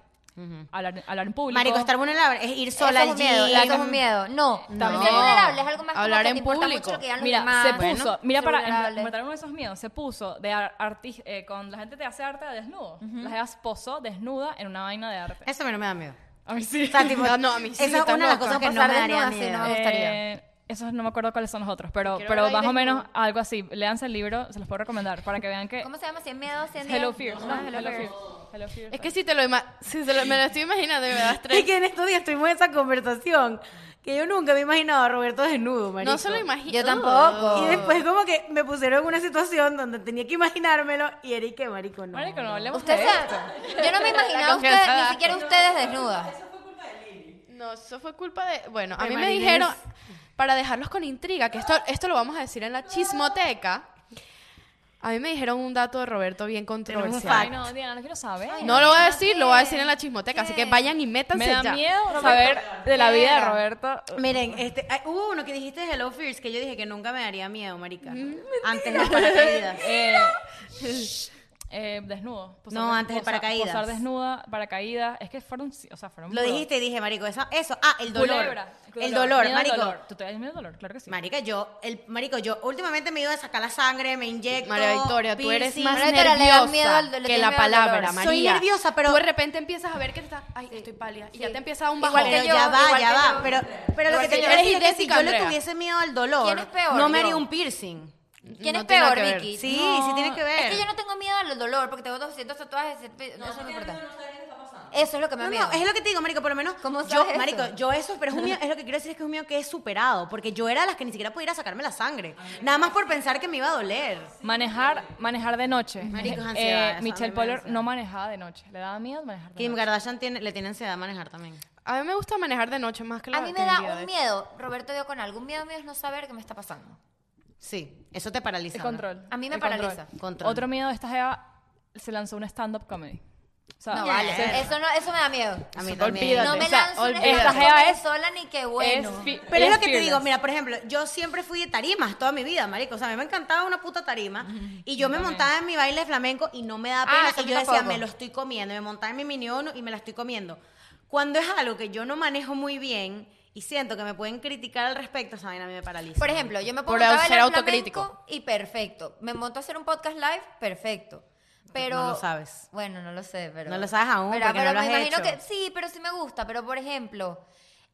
[SPEAKER 5] hablar, hablar en público.
[SPEAKER 6] Marico, estar vulnerable es ir
[SPEAKER 4] eso
[SPEAKER 6] sola al
[SPEAKER 4] es un miedo,
[SPEAKER 6] gym.
[SPEAKER 4] eso es un miedo. No,
[SPEAKER 6] También.
[SPEAKER 4] ser vulnerable es algo más como
[SPEAKER 8] Hablar
[SPEAKER 4] que
[SPEAKER 8] en
[SPEAKER 4] te importa
[SPEAKER 8] público.
[SPEAKER 4] mucho lo que digan los
[SPEAKER 5] Mira,
[SPEAKER 4] demás.
[SPEAKER 5] se puso, mira
[SPEAKER 4] ser
[SPEAKER 5] para
[SPEAKER 4] vulnerable.
[SPEAKER 5] matar uno de esos miedos, se puso de ar- arti- eh, con la gente te hace arte de desnudo. La gente posó desnuda en una vaina de arte.
[SPEAKER 6] Eso a mí no me da miedo.
[SPEAKER 5] A mí sí.
[SPEAKER 6] O sea, tipo,
[SPEAKER 8] No, no, a mí sí,
[SPEAKER 6] esa es
[SPEAKER 8] estás
[SPEAKER 6] una de las
[SPEAKER 8] loca.
[SPEAKER 6] cosas que no
[SPEAKER 4] Pasar
[SPEAKER 6] me daría
[SPEAKER 4] desnuda, sí,
[SPEAKER 6] miedo.
[SPEAKER 4] no me gustaría.
[SPEAKER 5] Eh, esos no me acuerdo cuáles son los otros, pero,
[SPEAKER 8] quiero
[SPEAKER 5] pero
[SPEAKER 8] ver ahí
[SPEAKER 5] más o menos
[SPEAKER 8] desnudo.
[SPEAKER 5] algo así. Leanse el libro, se los puedo recomendar para que vean que
[SPEAKER 4] ¿Cómo se llama? ¿Cien miedos? ¿Cien
[SPEAKER 5] Hello
[SPEAKER 4] días?
[SPEAKER 5] Fears.
[SPEAKER 4] No,
[SPEAKER 5] ¿no?
[SPEAKER 4] Hello Fears.
[SPEAKER 5] Hello Fears.
[SPEAKER 8] es que si te lo ima- si se lo- me lo estoy imaginando me da estrés
[SPEAKER 6] Y que en estos días tuvimos esa conversación que yo nunca me imaginaba a Roberto desnudo, marico.
[SPEAKER 8] no se lo imagino Oh.
[SPEAKER 4] Yo tampoco.
[SPEAKER 6] Y después como que me pusieron en una situación donde tenía que imaginármelo y Erika, marico, no.
[SPEAKER 5] Marico, no hablemos
[SPEAKER 4] Usted
[SPEAKER 5] de esto.
[SPEAKER 4] se- Yo no me imaginaba a
[SPEAKER 8] confianza
[SPEAKER 4] ustedes,
[SPEAKER 8] da.
[SPEAKER 4] ni siquiera ustedes desnudas.
[SPEAKER 8] No, eso fue culpa de. Bueno, a
[SPEAKER 6] De
[SPEAKER 8] mí me
[SPEAKER 6] Marinés.
[SPEAKER 8] dijeron, para dejarlos con intriga, que esto, esto lo vamos a decir en la chismoteca. A mí me dijeron un dato de Roberto bien
[SPEAKER 6] un
[SPEAKER 5] Ay,
[SPEAKER 6] fact.
[SPEAKER 8] controversial.
[SPEAKER 5] no, Diana, no quiero saber.
[SPEAKER 8] No lo voy a decir, lo voy a decir en la chismoteca, así que vayan y métanse
[SPEAKER 5] Me da
[SPEAKER 8] ya.
[SPEAKER 5] miedo saber de la vida de Roberto.
[SPEAKER 6] Miren, este, ay, hubo uno que dijiste de Hello Fears que yo dije que nunca me daría miedo, marica. antes del paracaídas.
[SPEAKER 5] Eh, shh, eh, desnudo. Posar
[SPEAKER 6] No,
[SPEAKER 5] des-
[SPEAKER 6] antes de
[SPEAKER 5] posar-
[SPEAKER 6] paracaídas.
[SPEAKER 5] Posar desnuda, paracaídas. Es que fueron, o sea, fueron
[SPEAKER 6] Lo
[SPEAKER 5] puros-
[SPEAKER 6] dijiste y dije, marico, esa- eso. Ah, el dolor.
[SPEAKER 5] Culebra,
[SPEAKER 6] El dolor,
[SPEAKER 5] Miedo al
[SPEAKER 6] marico.
[SPEAKER 5] dolor. ¿Tú te das miedo al dolor? Claro que sí.
[SPEAKER 6] Marica, yo, el, marico, yo últimamente me he ido a sacar la sangre, me inyecto.
[SPEAKER 8] María Victoria, tú eres
[SPEAKER 6] piercing.
[SPEAKER 8] más
[SPEAKER 4] María Victoria, le da
[SPEAKER 8] nerviosa
[SPEAKER 4] miedo al- le
[SPEAKER 8] que
[SPEAKER 4] tiene
[SPEAKER 8] la
[SPEAKER 4] miedo al
[SPEAKER 8] palabra,
[SPEAKER 4] dolor.
[SPEAKER 8] María.
[SPEAKER 6] Soy nerviosa, pero-
[SPEAKER 8] Tú de repente empiezas a ver que te estás. Ay, estoy pálida. Y ya te empieza a dar un bajón.
[SPEAKER 4] Igual
[SPEAKER 6] Pero
[SPEAKER 4] que yo,
[SPEAKER 6] ya va,
[SPEAKER 4] igual
[SPEAKER 6] ya
[SPEAKER 4] que
[SPEAKER 6] va.
[SPEAKER 4] yo.
[SPEAKER 6] Pero, pero lo
[SPEAKER 8] Igual que
[SPEAKER 6] que te
[SPEAKER 8] yo.
[SPEAKER 6] quiero
[SPEAKER 8] Eres
[SPEAKER 6] decir es que si
[SPEAKER 8] idéntica,
[SPEAKER 6] yo le
[SPEAKER 8] Andrea.
[SPEAKER 6] tuviese miedo al dolor,
[SPEAKER 4] ¿Quién es peor,
[SPEAKER 6] no me
[SPEAKER 4] yo?
[SPEAKER 6] haría un piercing.
[SPEAKER 4] ¿Quién
[SPEAKER 8] No
[SPEAKER 4] es
[SPEAKER 8] tiene
[SPEAKER 4] peor,
[SPEAKER 8] que ver.
[SPEAKER 4] Vicky?
[SPEAKER 6] Sí,
[SPEAKER 4] No.
[SPEAKER 6] sí tiene que ver.
[SPEAKER 4] Es que yo no tengo miedo al dolor porque tengo 200 tatuajes. Eso no me importa. Eso es lo que me da
[SPEAKER 6] No, no,
[SPEAKER 4] miedo.
[SPEAKER 6] es lo que te digo, marico, por lo menos
[SPEAKER 4] ¿Cómo
[SPEAKER 6] yo,
[SPEAKER 4] sabes eso?
[SPEAKER 6] marico, yo eso, pero es un miedo, es lo que quiero decir es que es un miedo que he superado, porque yo era de las que ni siquiera pudiera sacarme la sangre, nada más por pensar que me iba a doler.
[SPEAKER 5] Manejar, manejar de noche.
[SPEAKER 6] Marico, es
[SPEAKER 5] Eh,
[SPEAKER 6] ansiedad,
[SPEAKER 5] Michelle
[SPEAKER 6] esa vaina me da
[SPEAKER 5] Poller
[SPEAKER 6] ansiedad.
[SPEAKER 5] no manejaba de noche. Le daba miedo manejar de
[SPEAKER 6] Kim
[SPEAKER 5] noche.
[SPEAKER 6] Kardashian tiene, le tiene ansiedad a manejar también.
[SPEAKER 8] A mí me gusta manejar de noche más que la
[SPEAKER 4] a mí
[SPEAKER 8] que
[SPEAKER 4] me
[SPEAKER 8] el
[SPEAKER 4] da
[SPEAKER 8] día de-
[SPEAKER 4] un miedo, Roberto vio con algo, un miedo mío es no saber qué me está pasando.
[SPEAKER 6] Sí, eso te paraliza.
[SPEAKER 5] El
[SPEAKER 6] ahora.
[SPEAKER 5] control.
[SPEAKER 4] A mí me
[SPEAKER 5] el control.
[SPEAKER 4] paraliza.
[SPEAKER 6] Control.
[SPEAKER 5] Otro miedo de esta jeva, se lanzó una stand-up comedy. O sea,
[SPEAKER 4] No, vale,
[SPEAKER 5] se-
[SPEAKER 4] eso, no, eso me da miedo.
[SPEAKER 6] A mí
[SPEAKER 5] Olvídate.
[SPEAKER 6] también.
[SPEAKER 5] Olvídate.
[SPEAKER 4] No me
[SPEAKER 5] O sea,
[SPEAKER 4] lanzo un
[SPEAKER 5] olvídate.
[SPEAKER 4] esta
[SPEAKER 5] Esta jeva es-
[SPEAKER 4] sola ni qué bueno.
[SPEAKER 5] es fi-
[SPEAKER 6] Pero es lo que te
[SPEAKER 5] fearless.
[SPEAKER 6] digo, mira, por ejemplo, yo siempre fui de tarimas toda mi vida, marico. O sea, a mí me encantaba una puta tarima. Y yo me montaba en mi baile de flamenco y no me da
[SPEAKER 4] Ah,
[SPEAKER 6] pena.
[SPEAKER 4] eso a
[SPEAKER 6] y
[SPEAKER 4] mí
[SPEAKER 6] yo decía,
[SPEAKER 4] tampoco.
[SPEAKER 6] me lo estoy comiendo. Y me montaba en mi mini ono y me la estoy comiendo. Cuando es algo que yo no manejo muy bien y siento que me pueden criticar al respecto, saben, a mí me paraliza.
[SPEAKER 4] Por ejemplo, yo me
[SPEAKER 8] Por
[SPEAKER 4] puedo montar a
[SPEAKER 8] ser
[SPEAKER 4] bailar
[SPEAKER 8] autocrítico.
[SPEAKER 4] flamenco y perfecto. Me monto a hacer un podcast live, perfecto. Pero
[SPEAKER 6] No lo sabes.
[SPEAKER 4] Bueno, no lo sé, pero
[SPEAKER 6] No lo sabes aún,
[SPEAKER 4] Pero,
[SPEAKER 6] porque no
[SPEAKER 4] pero
[SPEAKER 6] lo
[SPEAKER 4] me
[SPEAKER 6] has
[SPEAKER 4] imagino
[SPEAKER 6] hecho.
[SPEAKER 4] que sí, pero sí me gusta, pero por ejemplo,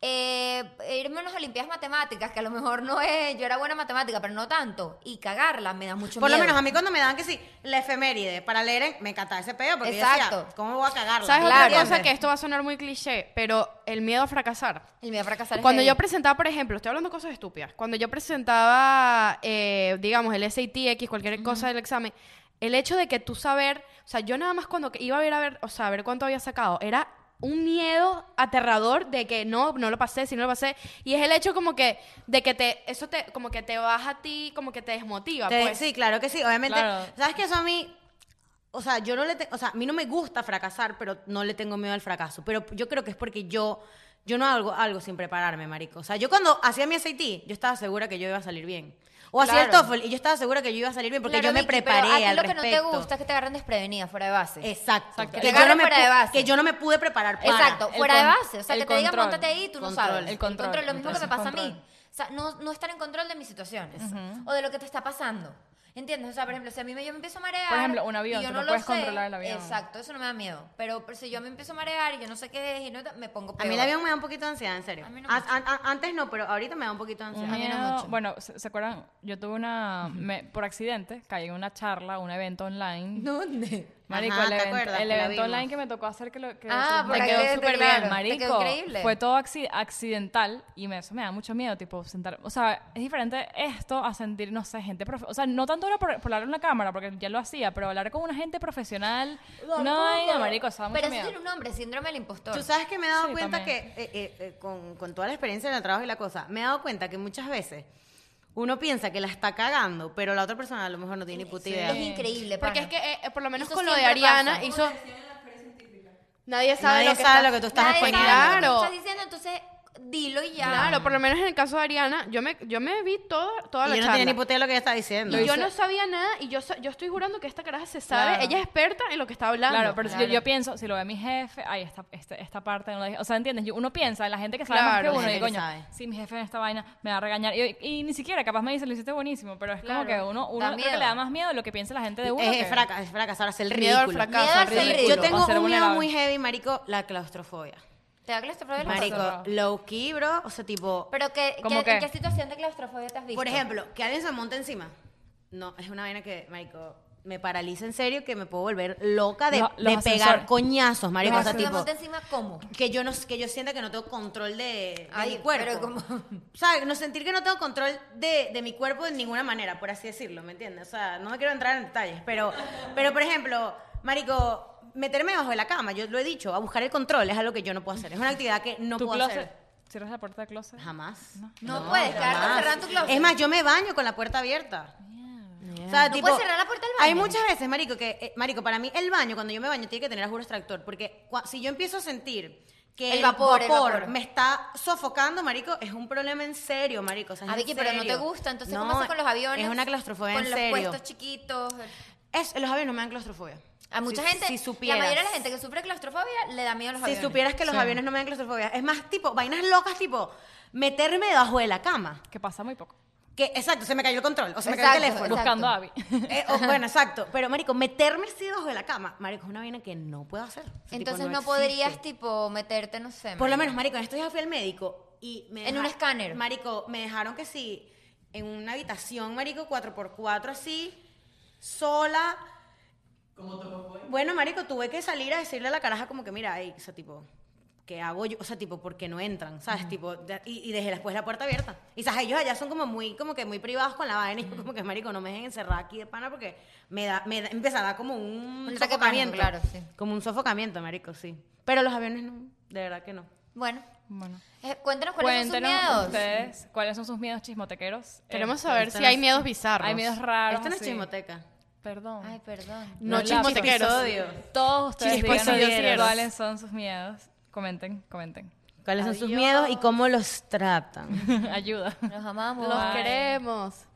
[SPEAKER 4] eh, irme a unas olimpiadas matemáticas que a lo mejor no es, yo era buena en matemática, pero no tanto y cagarla me da mucho
[SPEAKER 6] por lo
[SPEAKER 4] miedo.
[SPEAKER 6] menos a mí cuando me dan que sí, la efeméride para leer, en- me encantaba ese pedo porque yo
[SPEAKER 4] Exacto.
[SPEAKER 6] decía, ¿cómo voy a cagarla?
[SPEAKER 8] ¿Sabes
[SPEAKER 4] Claro.
[SPEAKER 8] otra cosa? Que esto va a sonar muy cliché, pero el miedo a fracasar.
[SPEAKER 4] el miedo a fracasar es
[SPEAKER 8] Cuando
[SPEAKER 4] heavy.
[SPEAKER 8] yo presentaba, por ejemplo, estoy hablando de cosas estúpidas. Cuando yo presentaba, eh, digamos, el SATX, cualquier cosa del examen, el hecho de que tú saber, o sea, yo nada más cuando que iba a ver a ver, o sea, a ver cuánto había sacado, era un miedo aterrador de que no, no lo pasé, si no lo pasé, y es el hecho como que de que te, eso te, como que te baja a ti, como que te desmotiva,
[SPEAKER 6] Te-
[SPEAKER 8] pues.
[SPEAKER 6] Sí, claro que sí. Obviamente,
[SPEAKER 5] Claro.
[SPEAKER 6] ¿sabes qué? Eso a mí. O sea, yo no le te- o sea, a mí no me gusta fracasar, pero no le tengo miedo al fracaso. Pero yo creo que es porque yo, yo no hago algo sin prepararme, marico. O sea, yo cuando hacía mi SAT, yo estaba segura que yo iba a salir bien. O hacía
[SPEAKER 8] Claro.
[SPEAKER 6] el TOEFL y yo estaba segura que yo iba a salir bien porque
[SPEAKER 4] Claro,
[SPEAKER 6] yo me
[SPEAKER 4] Vicky,
[SPEAKER 6] preparé
[SPEAKER 4] pero a ti
[SPEAKER 6] al
[SPEAKER 4] lo
[SPEAKER 6] respecto.
[SPEAKER 4] que no te gusta es que te agarran desprevenida fuera de base.
[SPEAKER 6] Exacto.
[SPEAKER 5] Exacto.
[SPEAKER 6] Que,
[SPEAKER 5] Que
[SPEAKER 6] yo no
[SPEAKER 4] agarren
[SPEAKER 6] me
[SPEAKER 4] fuera de
[SPEAKER 6] pu-
[SPEAKER 4] base.
[SPEAKER 6] que yo no me pude preparar para.
[SPEAKER 4] Exacto,
[SPEAKER 5] el
[SPEAKER 4] fuera de
[SPEAKER 5] con-
[SPEAKER 4] base. O sea,
[SPEAKER 5] el
[SPEAKER 4] que te digan,
[SPEAKER 5] control.
[SPEAKER 4] montate ahí y tú no
[SPEAKER 6] Control,
[SPEAKER 4] sabes.
[SPEAKER 5] el control,
[SPEAKER 4] lo mismo que me
[SPEAKER 5] entonces,
[SPEAKER 4] pasa a mí.
[SPEAKER 5] control.
[SPEAKER 4] O sea, no, no estar en control de mis situaciones o de lo que te está pasando. ¿Entiendes? O sea, por ejemplo, si a mí me, yo me empiezo a marear.
[SPEAKER 5] Por ejemplo, un avión,
[SPEAKER 4] y yo
[SPEAKER 5] tú
[SPEAKER 4] no
[SPEAKER 5] no
[SPEAKER 4] lo
[SPEAKER 5] puedes
[SPEAKER 4] sé,
[SPEAKER 5] controlar el avión.
[SPEAKER 4] Exacto, eso no me da miedo. Pero, pero si yo me empiezo a marear y yo no sé qué es y no, me pongo
[SPEAKER 6] A
[SPEAKER 4] peor.
[SPEAKER 6] mí el avión me da un poquito de ansiedad, en serio.
[SPEAKER 4] A mí no
[SPEAKER 6] A-
[SPEAKER 4] mucho.
[SPEAKER 6] a- a- antes no, pero ahorita me da un poquito de
[SPEAKER 5] Un
[SPEAKER 6] ansiedad.
[SPEAKER 5] miedo- Bueno, ¿se, se acuerdan? Yo tuve una... me- por accidente, caí en una charla, un evento online.
[SPEAKER 4] ¿Dónde?
[SPEAKER 5] Marico,
[SPEAKER 6] Ajá,
[SPEAKER 5] el
[SPEAKER 6] ¿te
[SPEAKER 5] evento,
[SPEAKER 6] acuerdas?
[SPEAKER 5] el
[SPEAKER 6] Que la
[SPEAKER 5] evento
[SPEAKER 6] vimos.
[SPEAKER 5] online que me tocó hacer que lo que
[SPEAKER 4] Ah,
[SPEAKER 5] me
[SPEAKER 4] por
[SPEAKER 5] quedó
[SPEAKER 4] accidente,
[SPEAKER 5] súper
[SPEAKER 4] claro.
[SPEAKER 5] bien,
[SPEAKER 4] Te
[SPEAKER 5] marico.
[SPEAKER 4] quedó increíble.
[SPEAKER 5] Fue todo acci- accidental y me, eso me da mucho miedo, tipo, sentar. O sea, es diferente esto a sentir, no sé, gente profe- O sea, no tanto era por, por hablar en la cámara, porque ya lo hacía, pero hablar con una gente profesional. No, vaina, marico, eso da mucho
[SPEAKER 4] Pero eso
[SPEAKER 5] miedo.
[SPEAKER 4] tiene un nombre, síndrome del impostor.
[SPEAKER 6] Tú sabes que me he dado
[SPEAKER 5] Sí,
[SPEAKER 6] cuenta
[SPEAKER 5] también.
[SPEAKER 6] que, eh, eh, eh, con, con toda la experiencia en el trabajo y la cosa, me he dado cuenta que muchas veces uno piensa que la está cagando, pero la otra persona a lo mejor no tiene ni puta idea.
[SPEAKER 4] Es increíble,
[SPEAKER 8] Porque
[SPEAKER 4] pana.
[SPEAKER 8] es que, eh, eh, por lo menos
[SPEAKER 4] Eso
[SPEAKER 8] con lo de
[SPEAKER 4] siempre
[SPEAKER 8] Ariana,
[SPEAKER 4] pasa.
[SPEAKER 8] hizo... Nadie sabe,
[SPEAKER 6] Nadie
[SPEAKER 8] lo, que
[SPEAKER 6] sabe
[SPEAKER 8] está-
[SPEAKER 6] lo que tú estás
[SPEAKER 4] Nadie sabe lo que
[SPEAKER 6] exponiendo.
[SPEAKER 4] tú
[SPEAKER 8] Claro.
[SPEAKER 4] estás diciendo, entonces dilo y ya.
[SPEAKER 8] Claro, por lo menos en el caso de Ariana, yo me, yo me vi toda, toda la
[SPEAKER 6] Y yo no
[SPEAKER 8] charla.
[SPEAKER 6] tenía ni puta idea de lo que ella está diciendo.
[SPEAKER 8] Y yo no sabía nada y yo, sa- yo estoy jurando que esta caraja se sabe,
[SPEAKER 5] Claro.
[SPEAKER 8] ella es experta en lo que está hablando.
[SPEAKER 5] Claro, pero si yo,
[SPEAKER 4] Claro.
[SPEAKER 5] yo pienso, si lo ve mi jefe, ay, esta, este- esta parte no la dije. O sea, ¿entiendes? Yo- uno piensa en la gente que sabe más
[SPEAKER 8] Claro,
[SPEAKER 5] que
[SPEAKER 8] la
[SPEAKER 5] uno. Y
[SPEAKER 6] gente
[SPEAKER 5] digo,
[SPEAKER 6] que
[SPEAKER 5] coño,
[SPEAKER 6] sabe.
[SPEAKER 5] si mi jefe en esta vaina me va a regañar. Y, y ni siquiera, capaz me dice, lo hiciste buenísimo. Pero es
[SPEAKER 8] Claro.
[SPEAKER 5] como que uno, uno
[SPEAKER 4] Da
[SPEAKER 5] creo que
[SPEAKER 4] miedo.
[SPEAKER 5] le da más miedo lo que piensa la gente de uno.
[SPEAKER 6] es,
[SPEAKER 5] que-
[SPEAKER 6] es fraca- es fracasar, hacer el
[SPEAKER 8] Miedo al
[SPEAKER 6] ridículo.
[SPEAKER 8] fracaso,
[SPEAKER 4] Miedo al
[SPEAKER 8] ridículo.
[SPEAKER 4] ser
[SPEAKER 6] Yo
[SPEAKER 4] ridículo.
[SPEAKER 6] tengo
[SPEAKER 5] a ser
[SPEAKER 6] un miedo
[SPEAKER 5] vulnerable.
[SPEAKER 6] muy heavy, marico, la claustrofobia.
[SPEAKER 4] ¿Te da claustrofobia? la
[SPEAKER 6] Marico,
[SPEAKER 5] pasa?
[SPEAKER 6] low key, bro, o sea, tipo,
[SPEAKER 4] Pero que,
[SPEAKER 5] ¿Cómo
[SPEAKER 4] que-
[SPEAKER 5] qué?
[SPEAKER 4] ¿en qué situación de claustrofobia te has visto?
[SPEAKER 6] por ejemplo, que alguien se monte encima. No, es una vaina que, marico, me paraliza en serio que me puedo volver loca de,
[SPEAKER 5] Lo- los
[SPEAKER 6] de pegar
[SPEAKER 5] ascensores.
[SPEAKER 6] coñazos, marico, o
[SPEAKER 4] Pero
[SPEAKER 6] sea,
[SPEAKER 4] si me
[SPEAKER 6] tipo...
[SPEAKER 4] monta encima, ¿cómo?
[SPEAKER 6] que yo no que yo sienta que no tengo control de, de
[SPEAKER 4] Ay,
[SPEAKER 6] mi cuerpo.
[SPEAKER 4] pero como-
[SPEAKER 6] ¿Sabes? No sentir que no tengo control de, de mi cuerpo de ninguna manera, por así decirlo, ¿me entiendes? O sea, no me quiero entrar en detalles, pero, pero por ejemplo, marico, meterme bajo de la cama, yo lo he dicho, a buscar el control es algo que yo no puedo hacer. Es una actividad que no
[SPEAKER 5] Tu
[SPEAKER 6] puedo
[SPEAKER 5] closet-
[SPEAKER 6] hacer.
[SPEAKER 5] ¿Cierras la puerta del closet?
[SPEAKER 6] Jamás.
[SPEAKER 4] No, puedes quedarte
[SPEAKER 6] jamás.
[SPEAKER 4] cerrada en tu closet.
[SPEAKER 6] Es más, yo me baño con la puerta abierta. O sea,
[SPEAKER 4] ¿No
[SPEAKER 6] tipo,
[SPEAKER 4] puedes cerrar la puerta del
[SPEAKER 6] Hay
[SPEAKER 4] baño?
[SPEAKER 6] muchas veces, marico, que eh, marico, para mí el baño cuando yo me baño tiene que tener juro extractor, porque cua- si yo empiezo a sentir que
[SPEAKER 4] El
[SPEAKER 6] el,
[SPEAKER 4] vapor,
[SPEAKER 6] vapor,
[SPEAKER 4] el vapor.
[SPEAKER 6] me está sofocando, marico, es un problema en serio, marico, o sea, es
[SPEAKER 4] Ah,
[SPEAKER 6] en
[SPEAKER 4] Vicky, pero no te
[SPEAKER 6] serio.
[SPEAKER 4] gusta. Entonces,
[SPEAKER 6] No,
[SPEAKER 4] ¿cómo haces con los aviones?
[SPEAKER 6] Es una claustrofobia
[SPEAKER 4] Con
[SPEAKER 6] en
[SPEAKER 4] los
[SPEAKER 6] serio.
[SPEAKER 4] puestos chiquitos.
[SPEAKER 6] Es- los aviones no me dan claustrofobia.
[SPEAKER 4] A mucha
[SPEAKER 6] Si-
[SPEAKER 4] gente,
[SPEAKER 6] si supieras.
[SPEAKER 4] la mayoría de la gente que sufre claustrofobia le da miedo a los
[SPEAKER 6] si
[SPEAKER 4] aviones.
[SPEAKER 6] supieras que los
[SPEAKER 5] Sí.
[SPEAKER 6] aviones no me dan claustrofobia, es más tipo vainas locas tipo meterme debajo de la cama,
[SPEAKER 5] Que pasa muy poco.
[SPEAKER 6] que exacto, se me cayó el control o se me cayó el
[SPEAKER 4] Exacto,
[SPEAKER 6] teléfono.
[SPEAKER 4] exacto.
[SPEAKER 5] Buscando a Abby.
[SPEAKER 6] Eh, o- bueno, exacto. Pero, marico, meterme así debajo de la cama, marico, es una vaina que no puedo hacer. O sea, tipo,
[SPEAKER 4] Entonces no,
[SPEAKER 6] existe.
[SPEAKER 4] podrías, tipo, meterte, no sé.
[SPEAKER 6] Por
[SPEAKER 4] marica.
[SPEAKER 6] lo menos, marico, en estos días fui al médico y me
[SPEAKER 4] En un escáner.
[SPEAKER 6] Marico, me dejaron que sí, en una habitación, marico, 4x4 así, sola. Bueno, marico, tuve que salir a decirle a la caraja como que, mira, ey, o sea, tipo, ¿qué hago yo? O sea, tipo, ¿por qué no entran? ¿Sabes? Tipo, de- y, y dejé después la puerta abierta. Y, ¿sabes? Ellos allá son como muy, como que muy privados con la vaina y yo como que, marico, no me dejen encerrar aquí de pana porque me da, me da, empieza a dar como un,
[SPEAKER 4] Un ataque de pánico,
[SPEAKER 6] sofocamiento.
[SPEAKER 4] claro, sí.
[SPEAKER 6] Como un sofocamiento, marico, sí. Pero los aviones no, de verdad que no.
[SPEAKER 4] Bueno,
[SPEAKER 5] Bueno.
[SPEAKER 4] eh, cuéntanos cuáles son sus
[SPEAKER 5] Cuéntenos
[SPEAKER 4] miedos.
[SPEAKER 5] ustedes cuáles son sus miedos chismotequeros.
[SPEAKER 8] Queremos
[SPEAKER 5] Eh,
[SPEAKER 8] saber
[SPEAKER 6] esto
[SPEAKER 8] si
[SPEAKER 6] no
[SPEAKER 8] hay
[SPEAKER 6] es-
[SPEAKER 8] miedos bizarros.
[SPEAKER 5] Hay miedos raros.
[SPEAKER 6] Esto Este no es
[SPEAKER 5] sí.
[SPEAKER 6] chismoteca.
[SPEAKER 5] Perdón.
[SPEAKER 4] Ay, perdón.
[SPEAKER 8] No
[SPEAKER 5] Relax.
[SPEAKER 8] chismotequeros.
[SPEAKER 6] Episodio.
[SPEAKER 5] Todos ustedes
[SPEAKER 8] Chismos
[SPEAKER 5] díganos
[SPEAKER 8] chismotequeros.
[SPEAKER 5] cuáles son sus miedos. Comenten, comenten.
[SPEAKER 6] ¿Cuáles son sus miedos y cómo los tratan?
[SPEAKER 5] Ayuda.
[SPEAKER 4] Nos amamos.
[SPEAKER 8] Los
[SPEAKER 4] Bye.
[SPEAKER 8] queremos.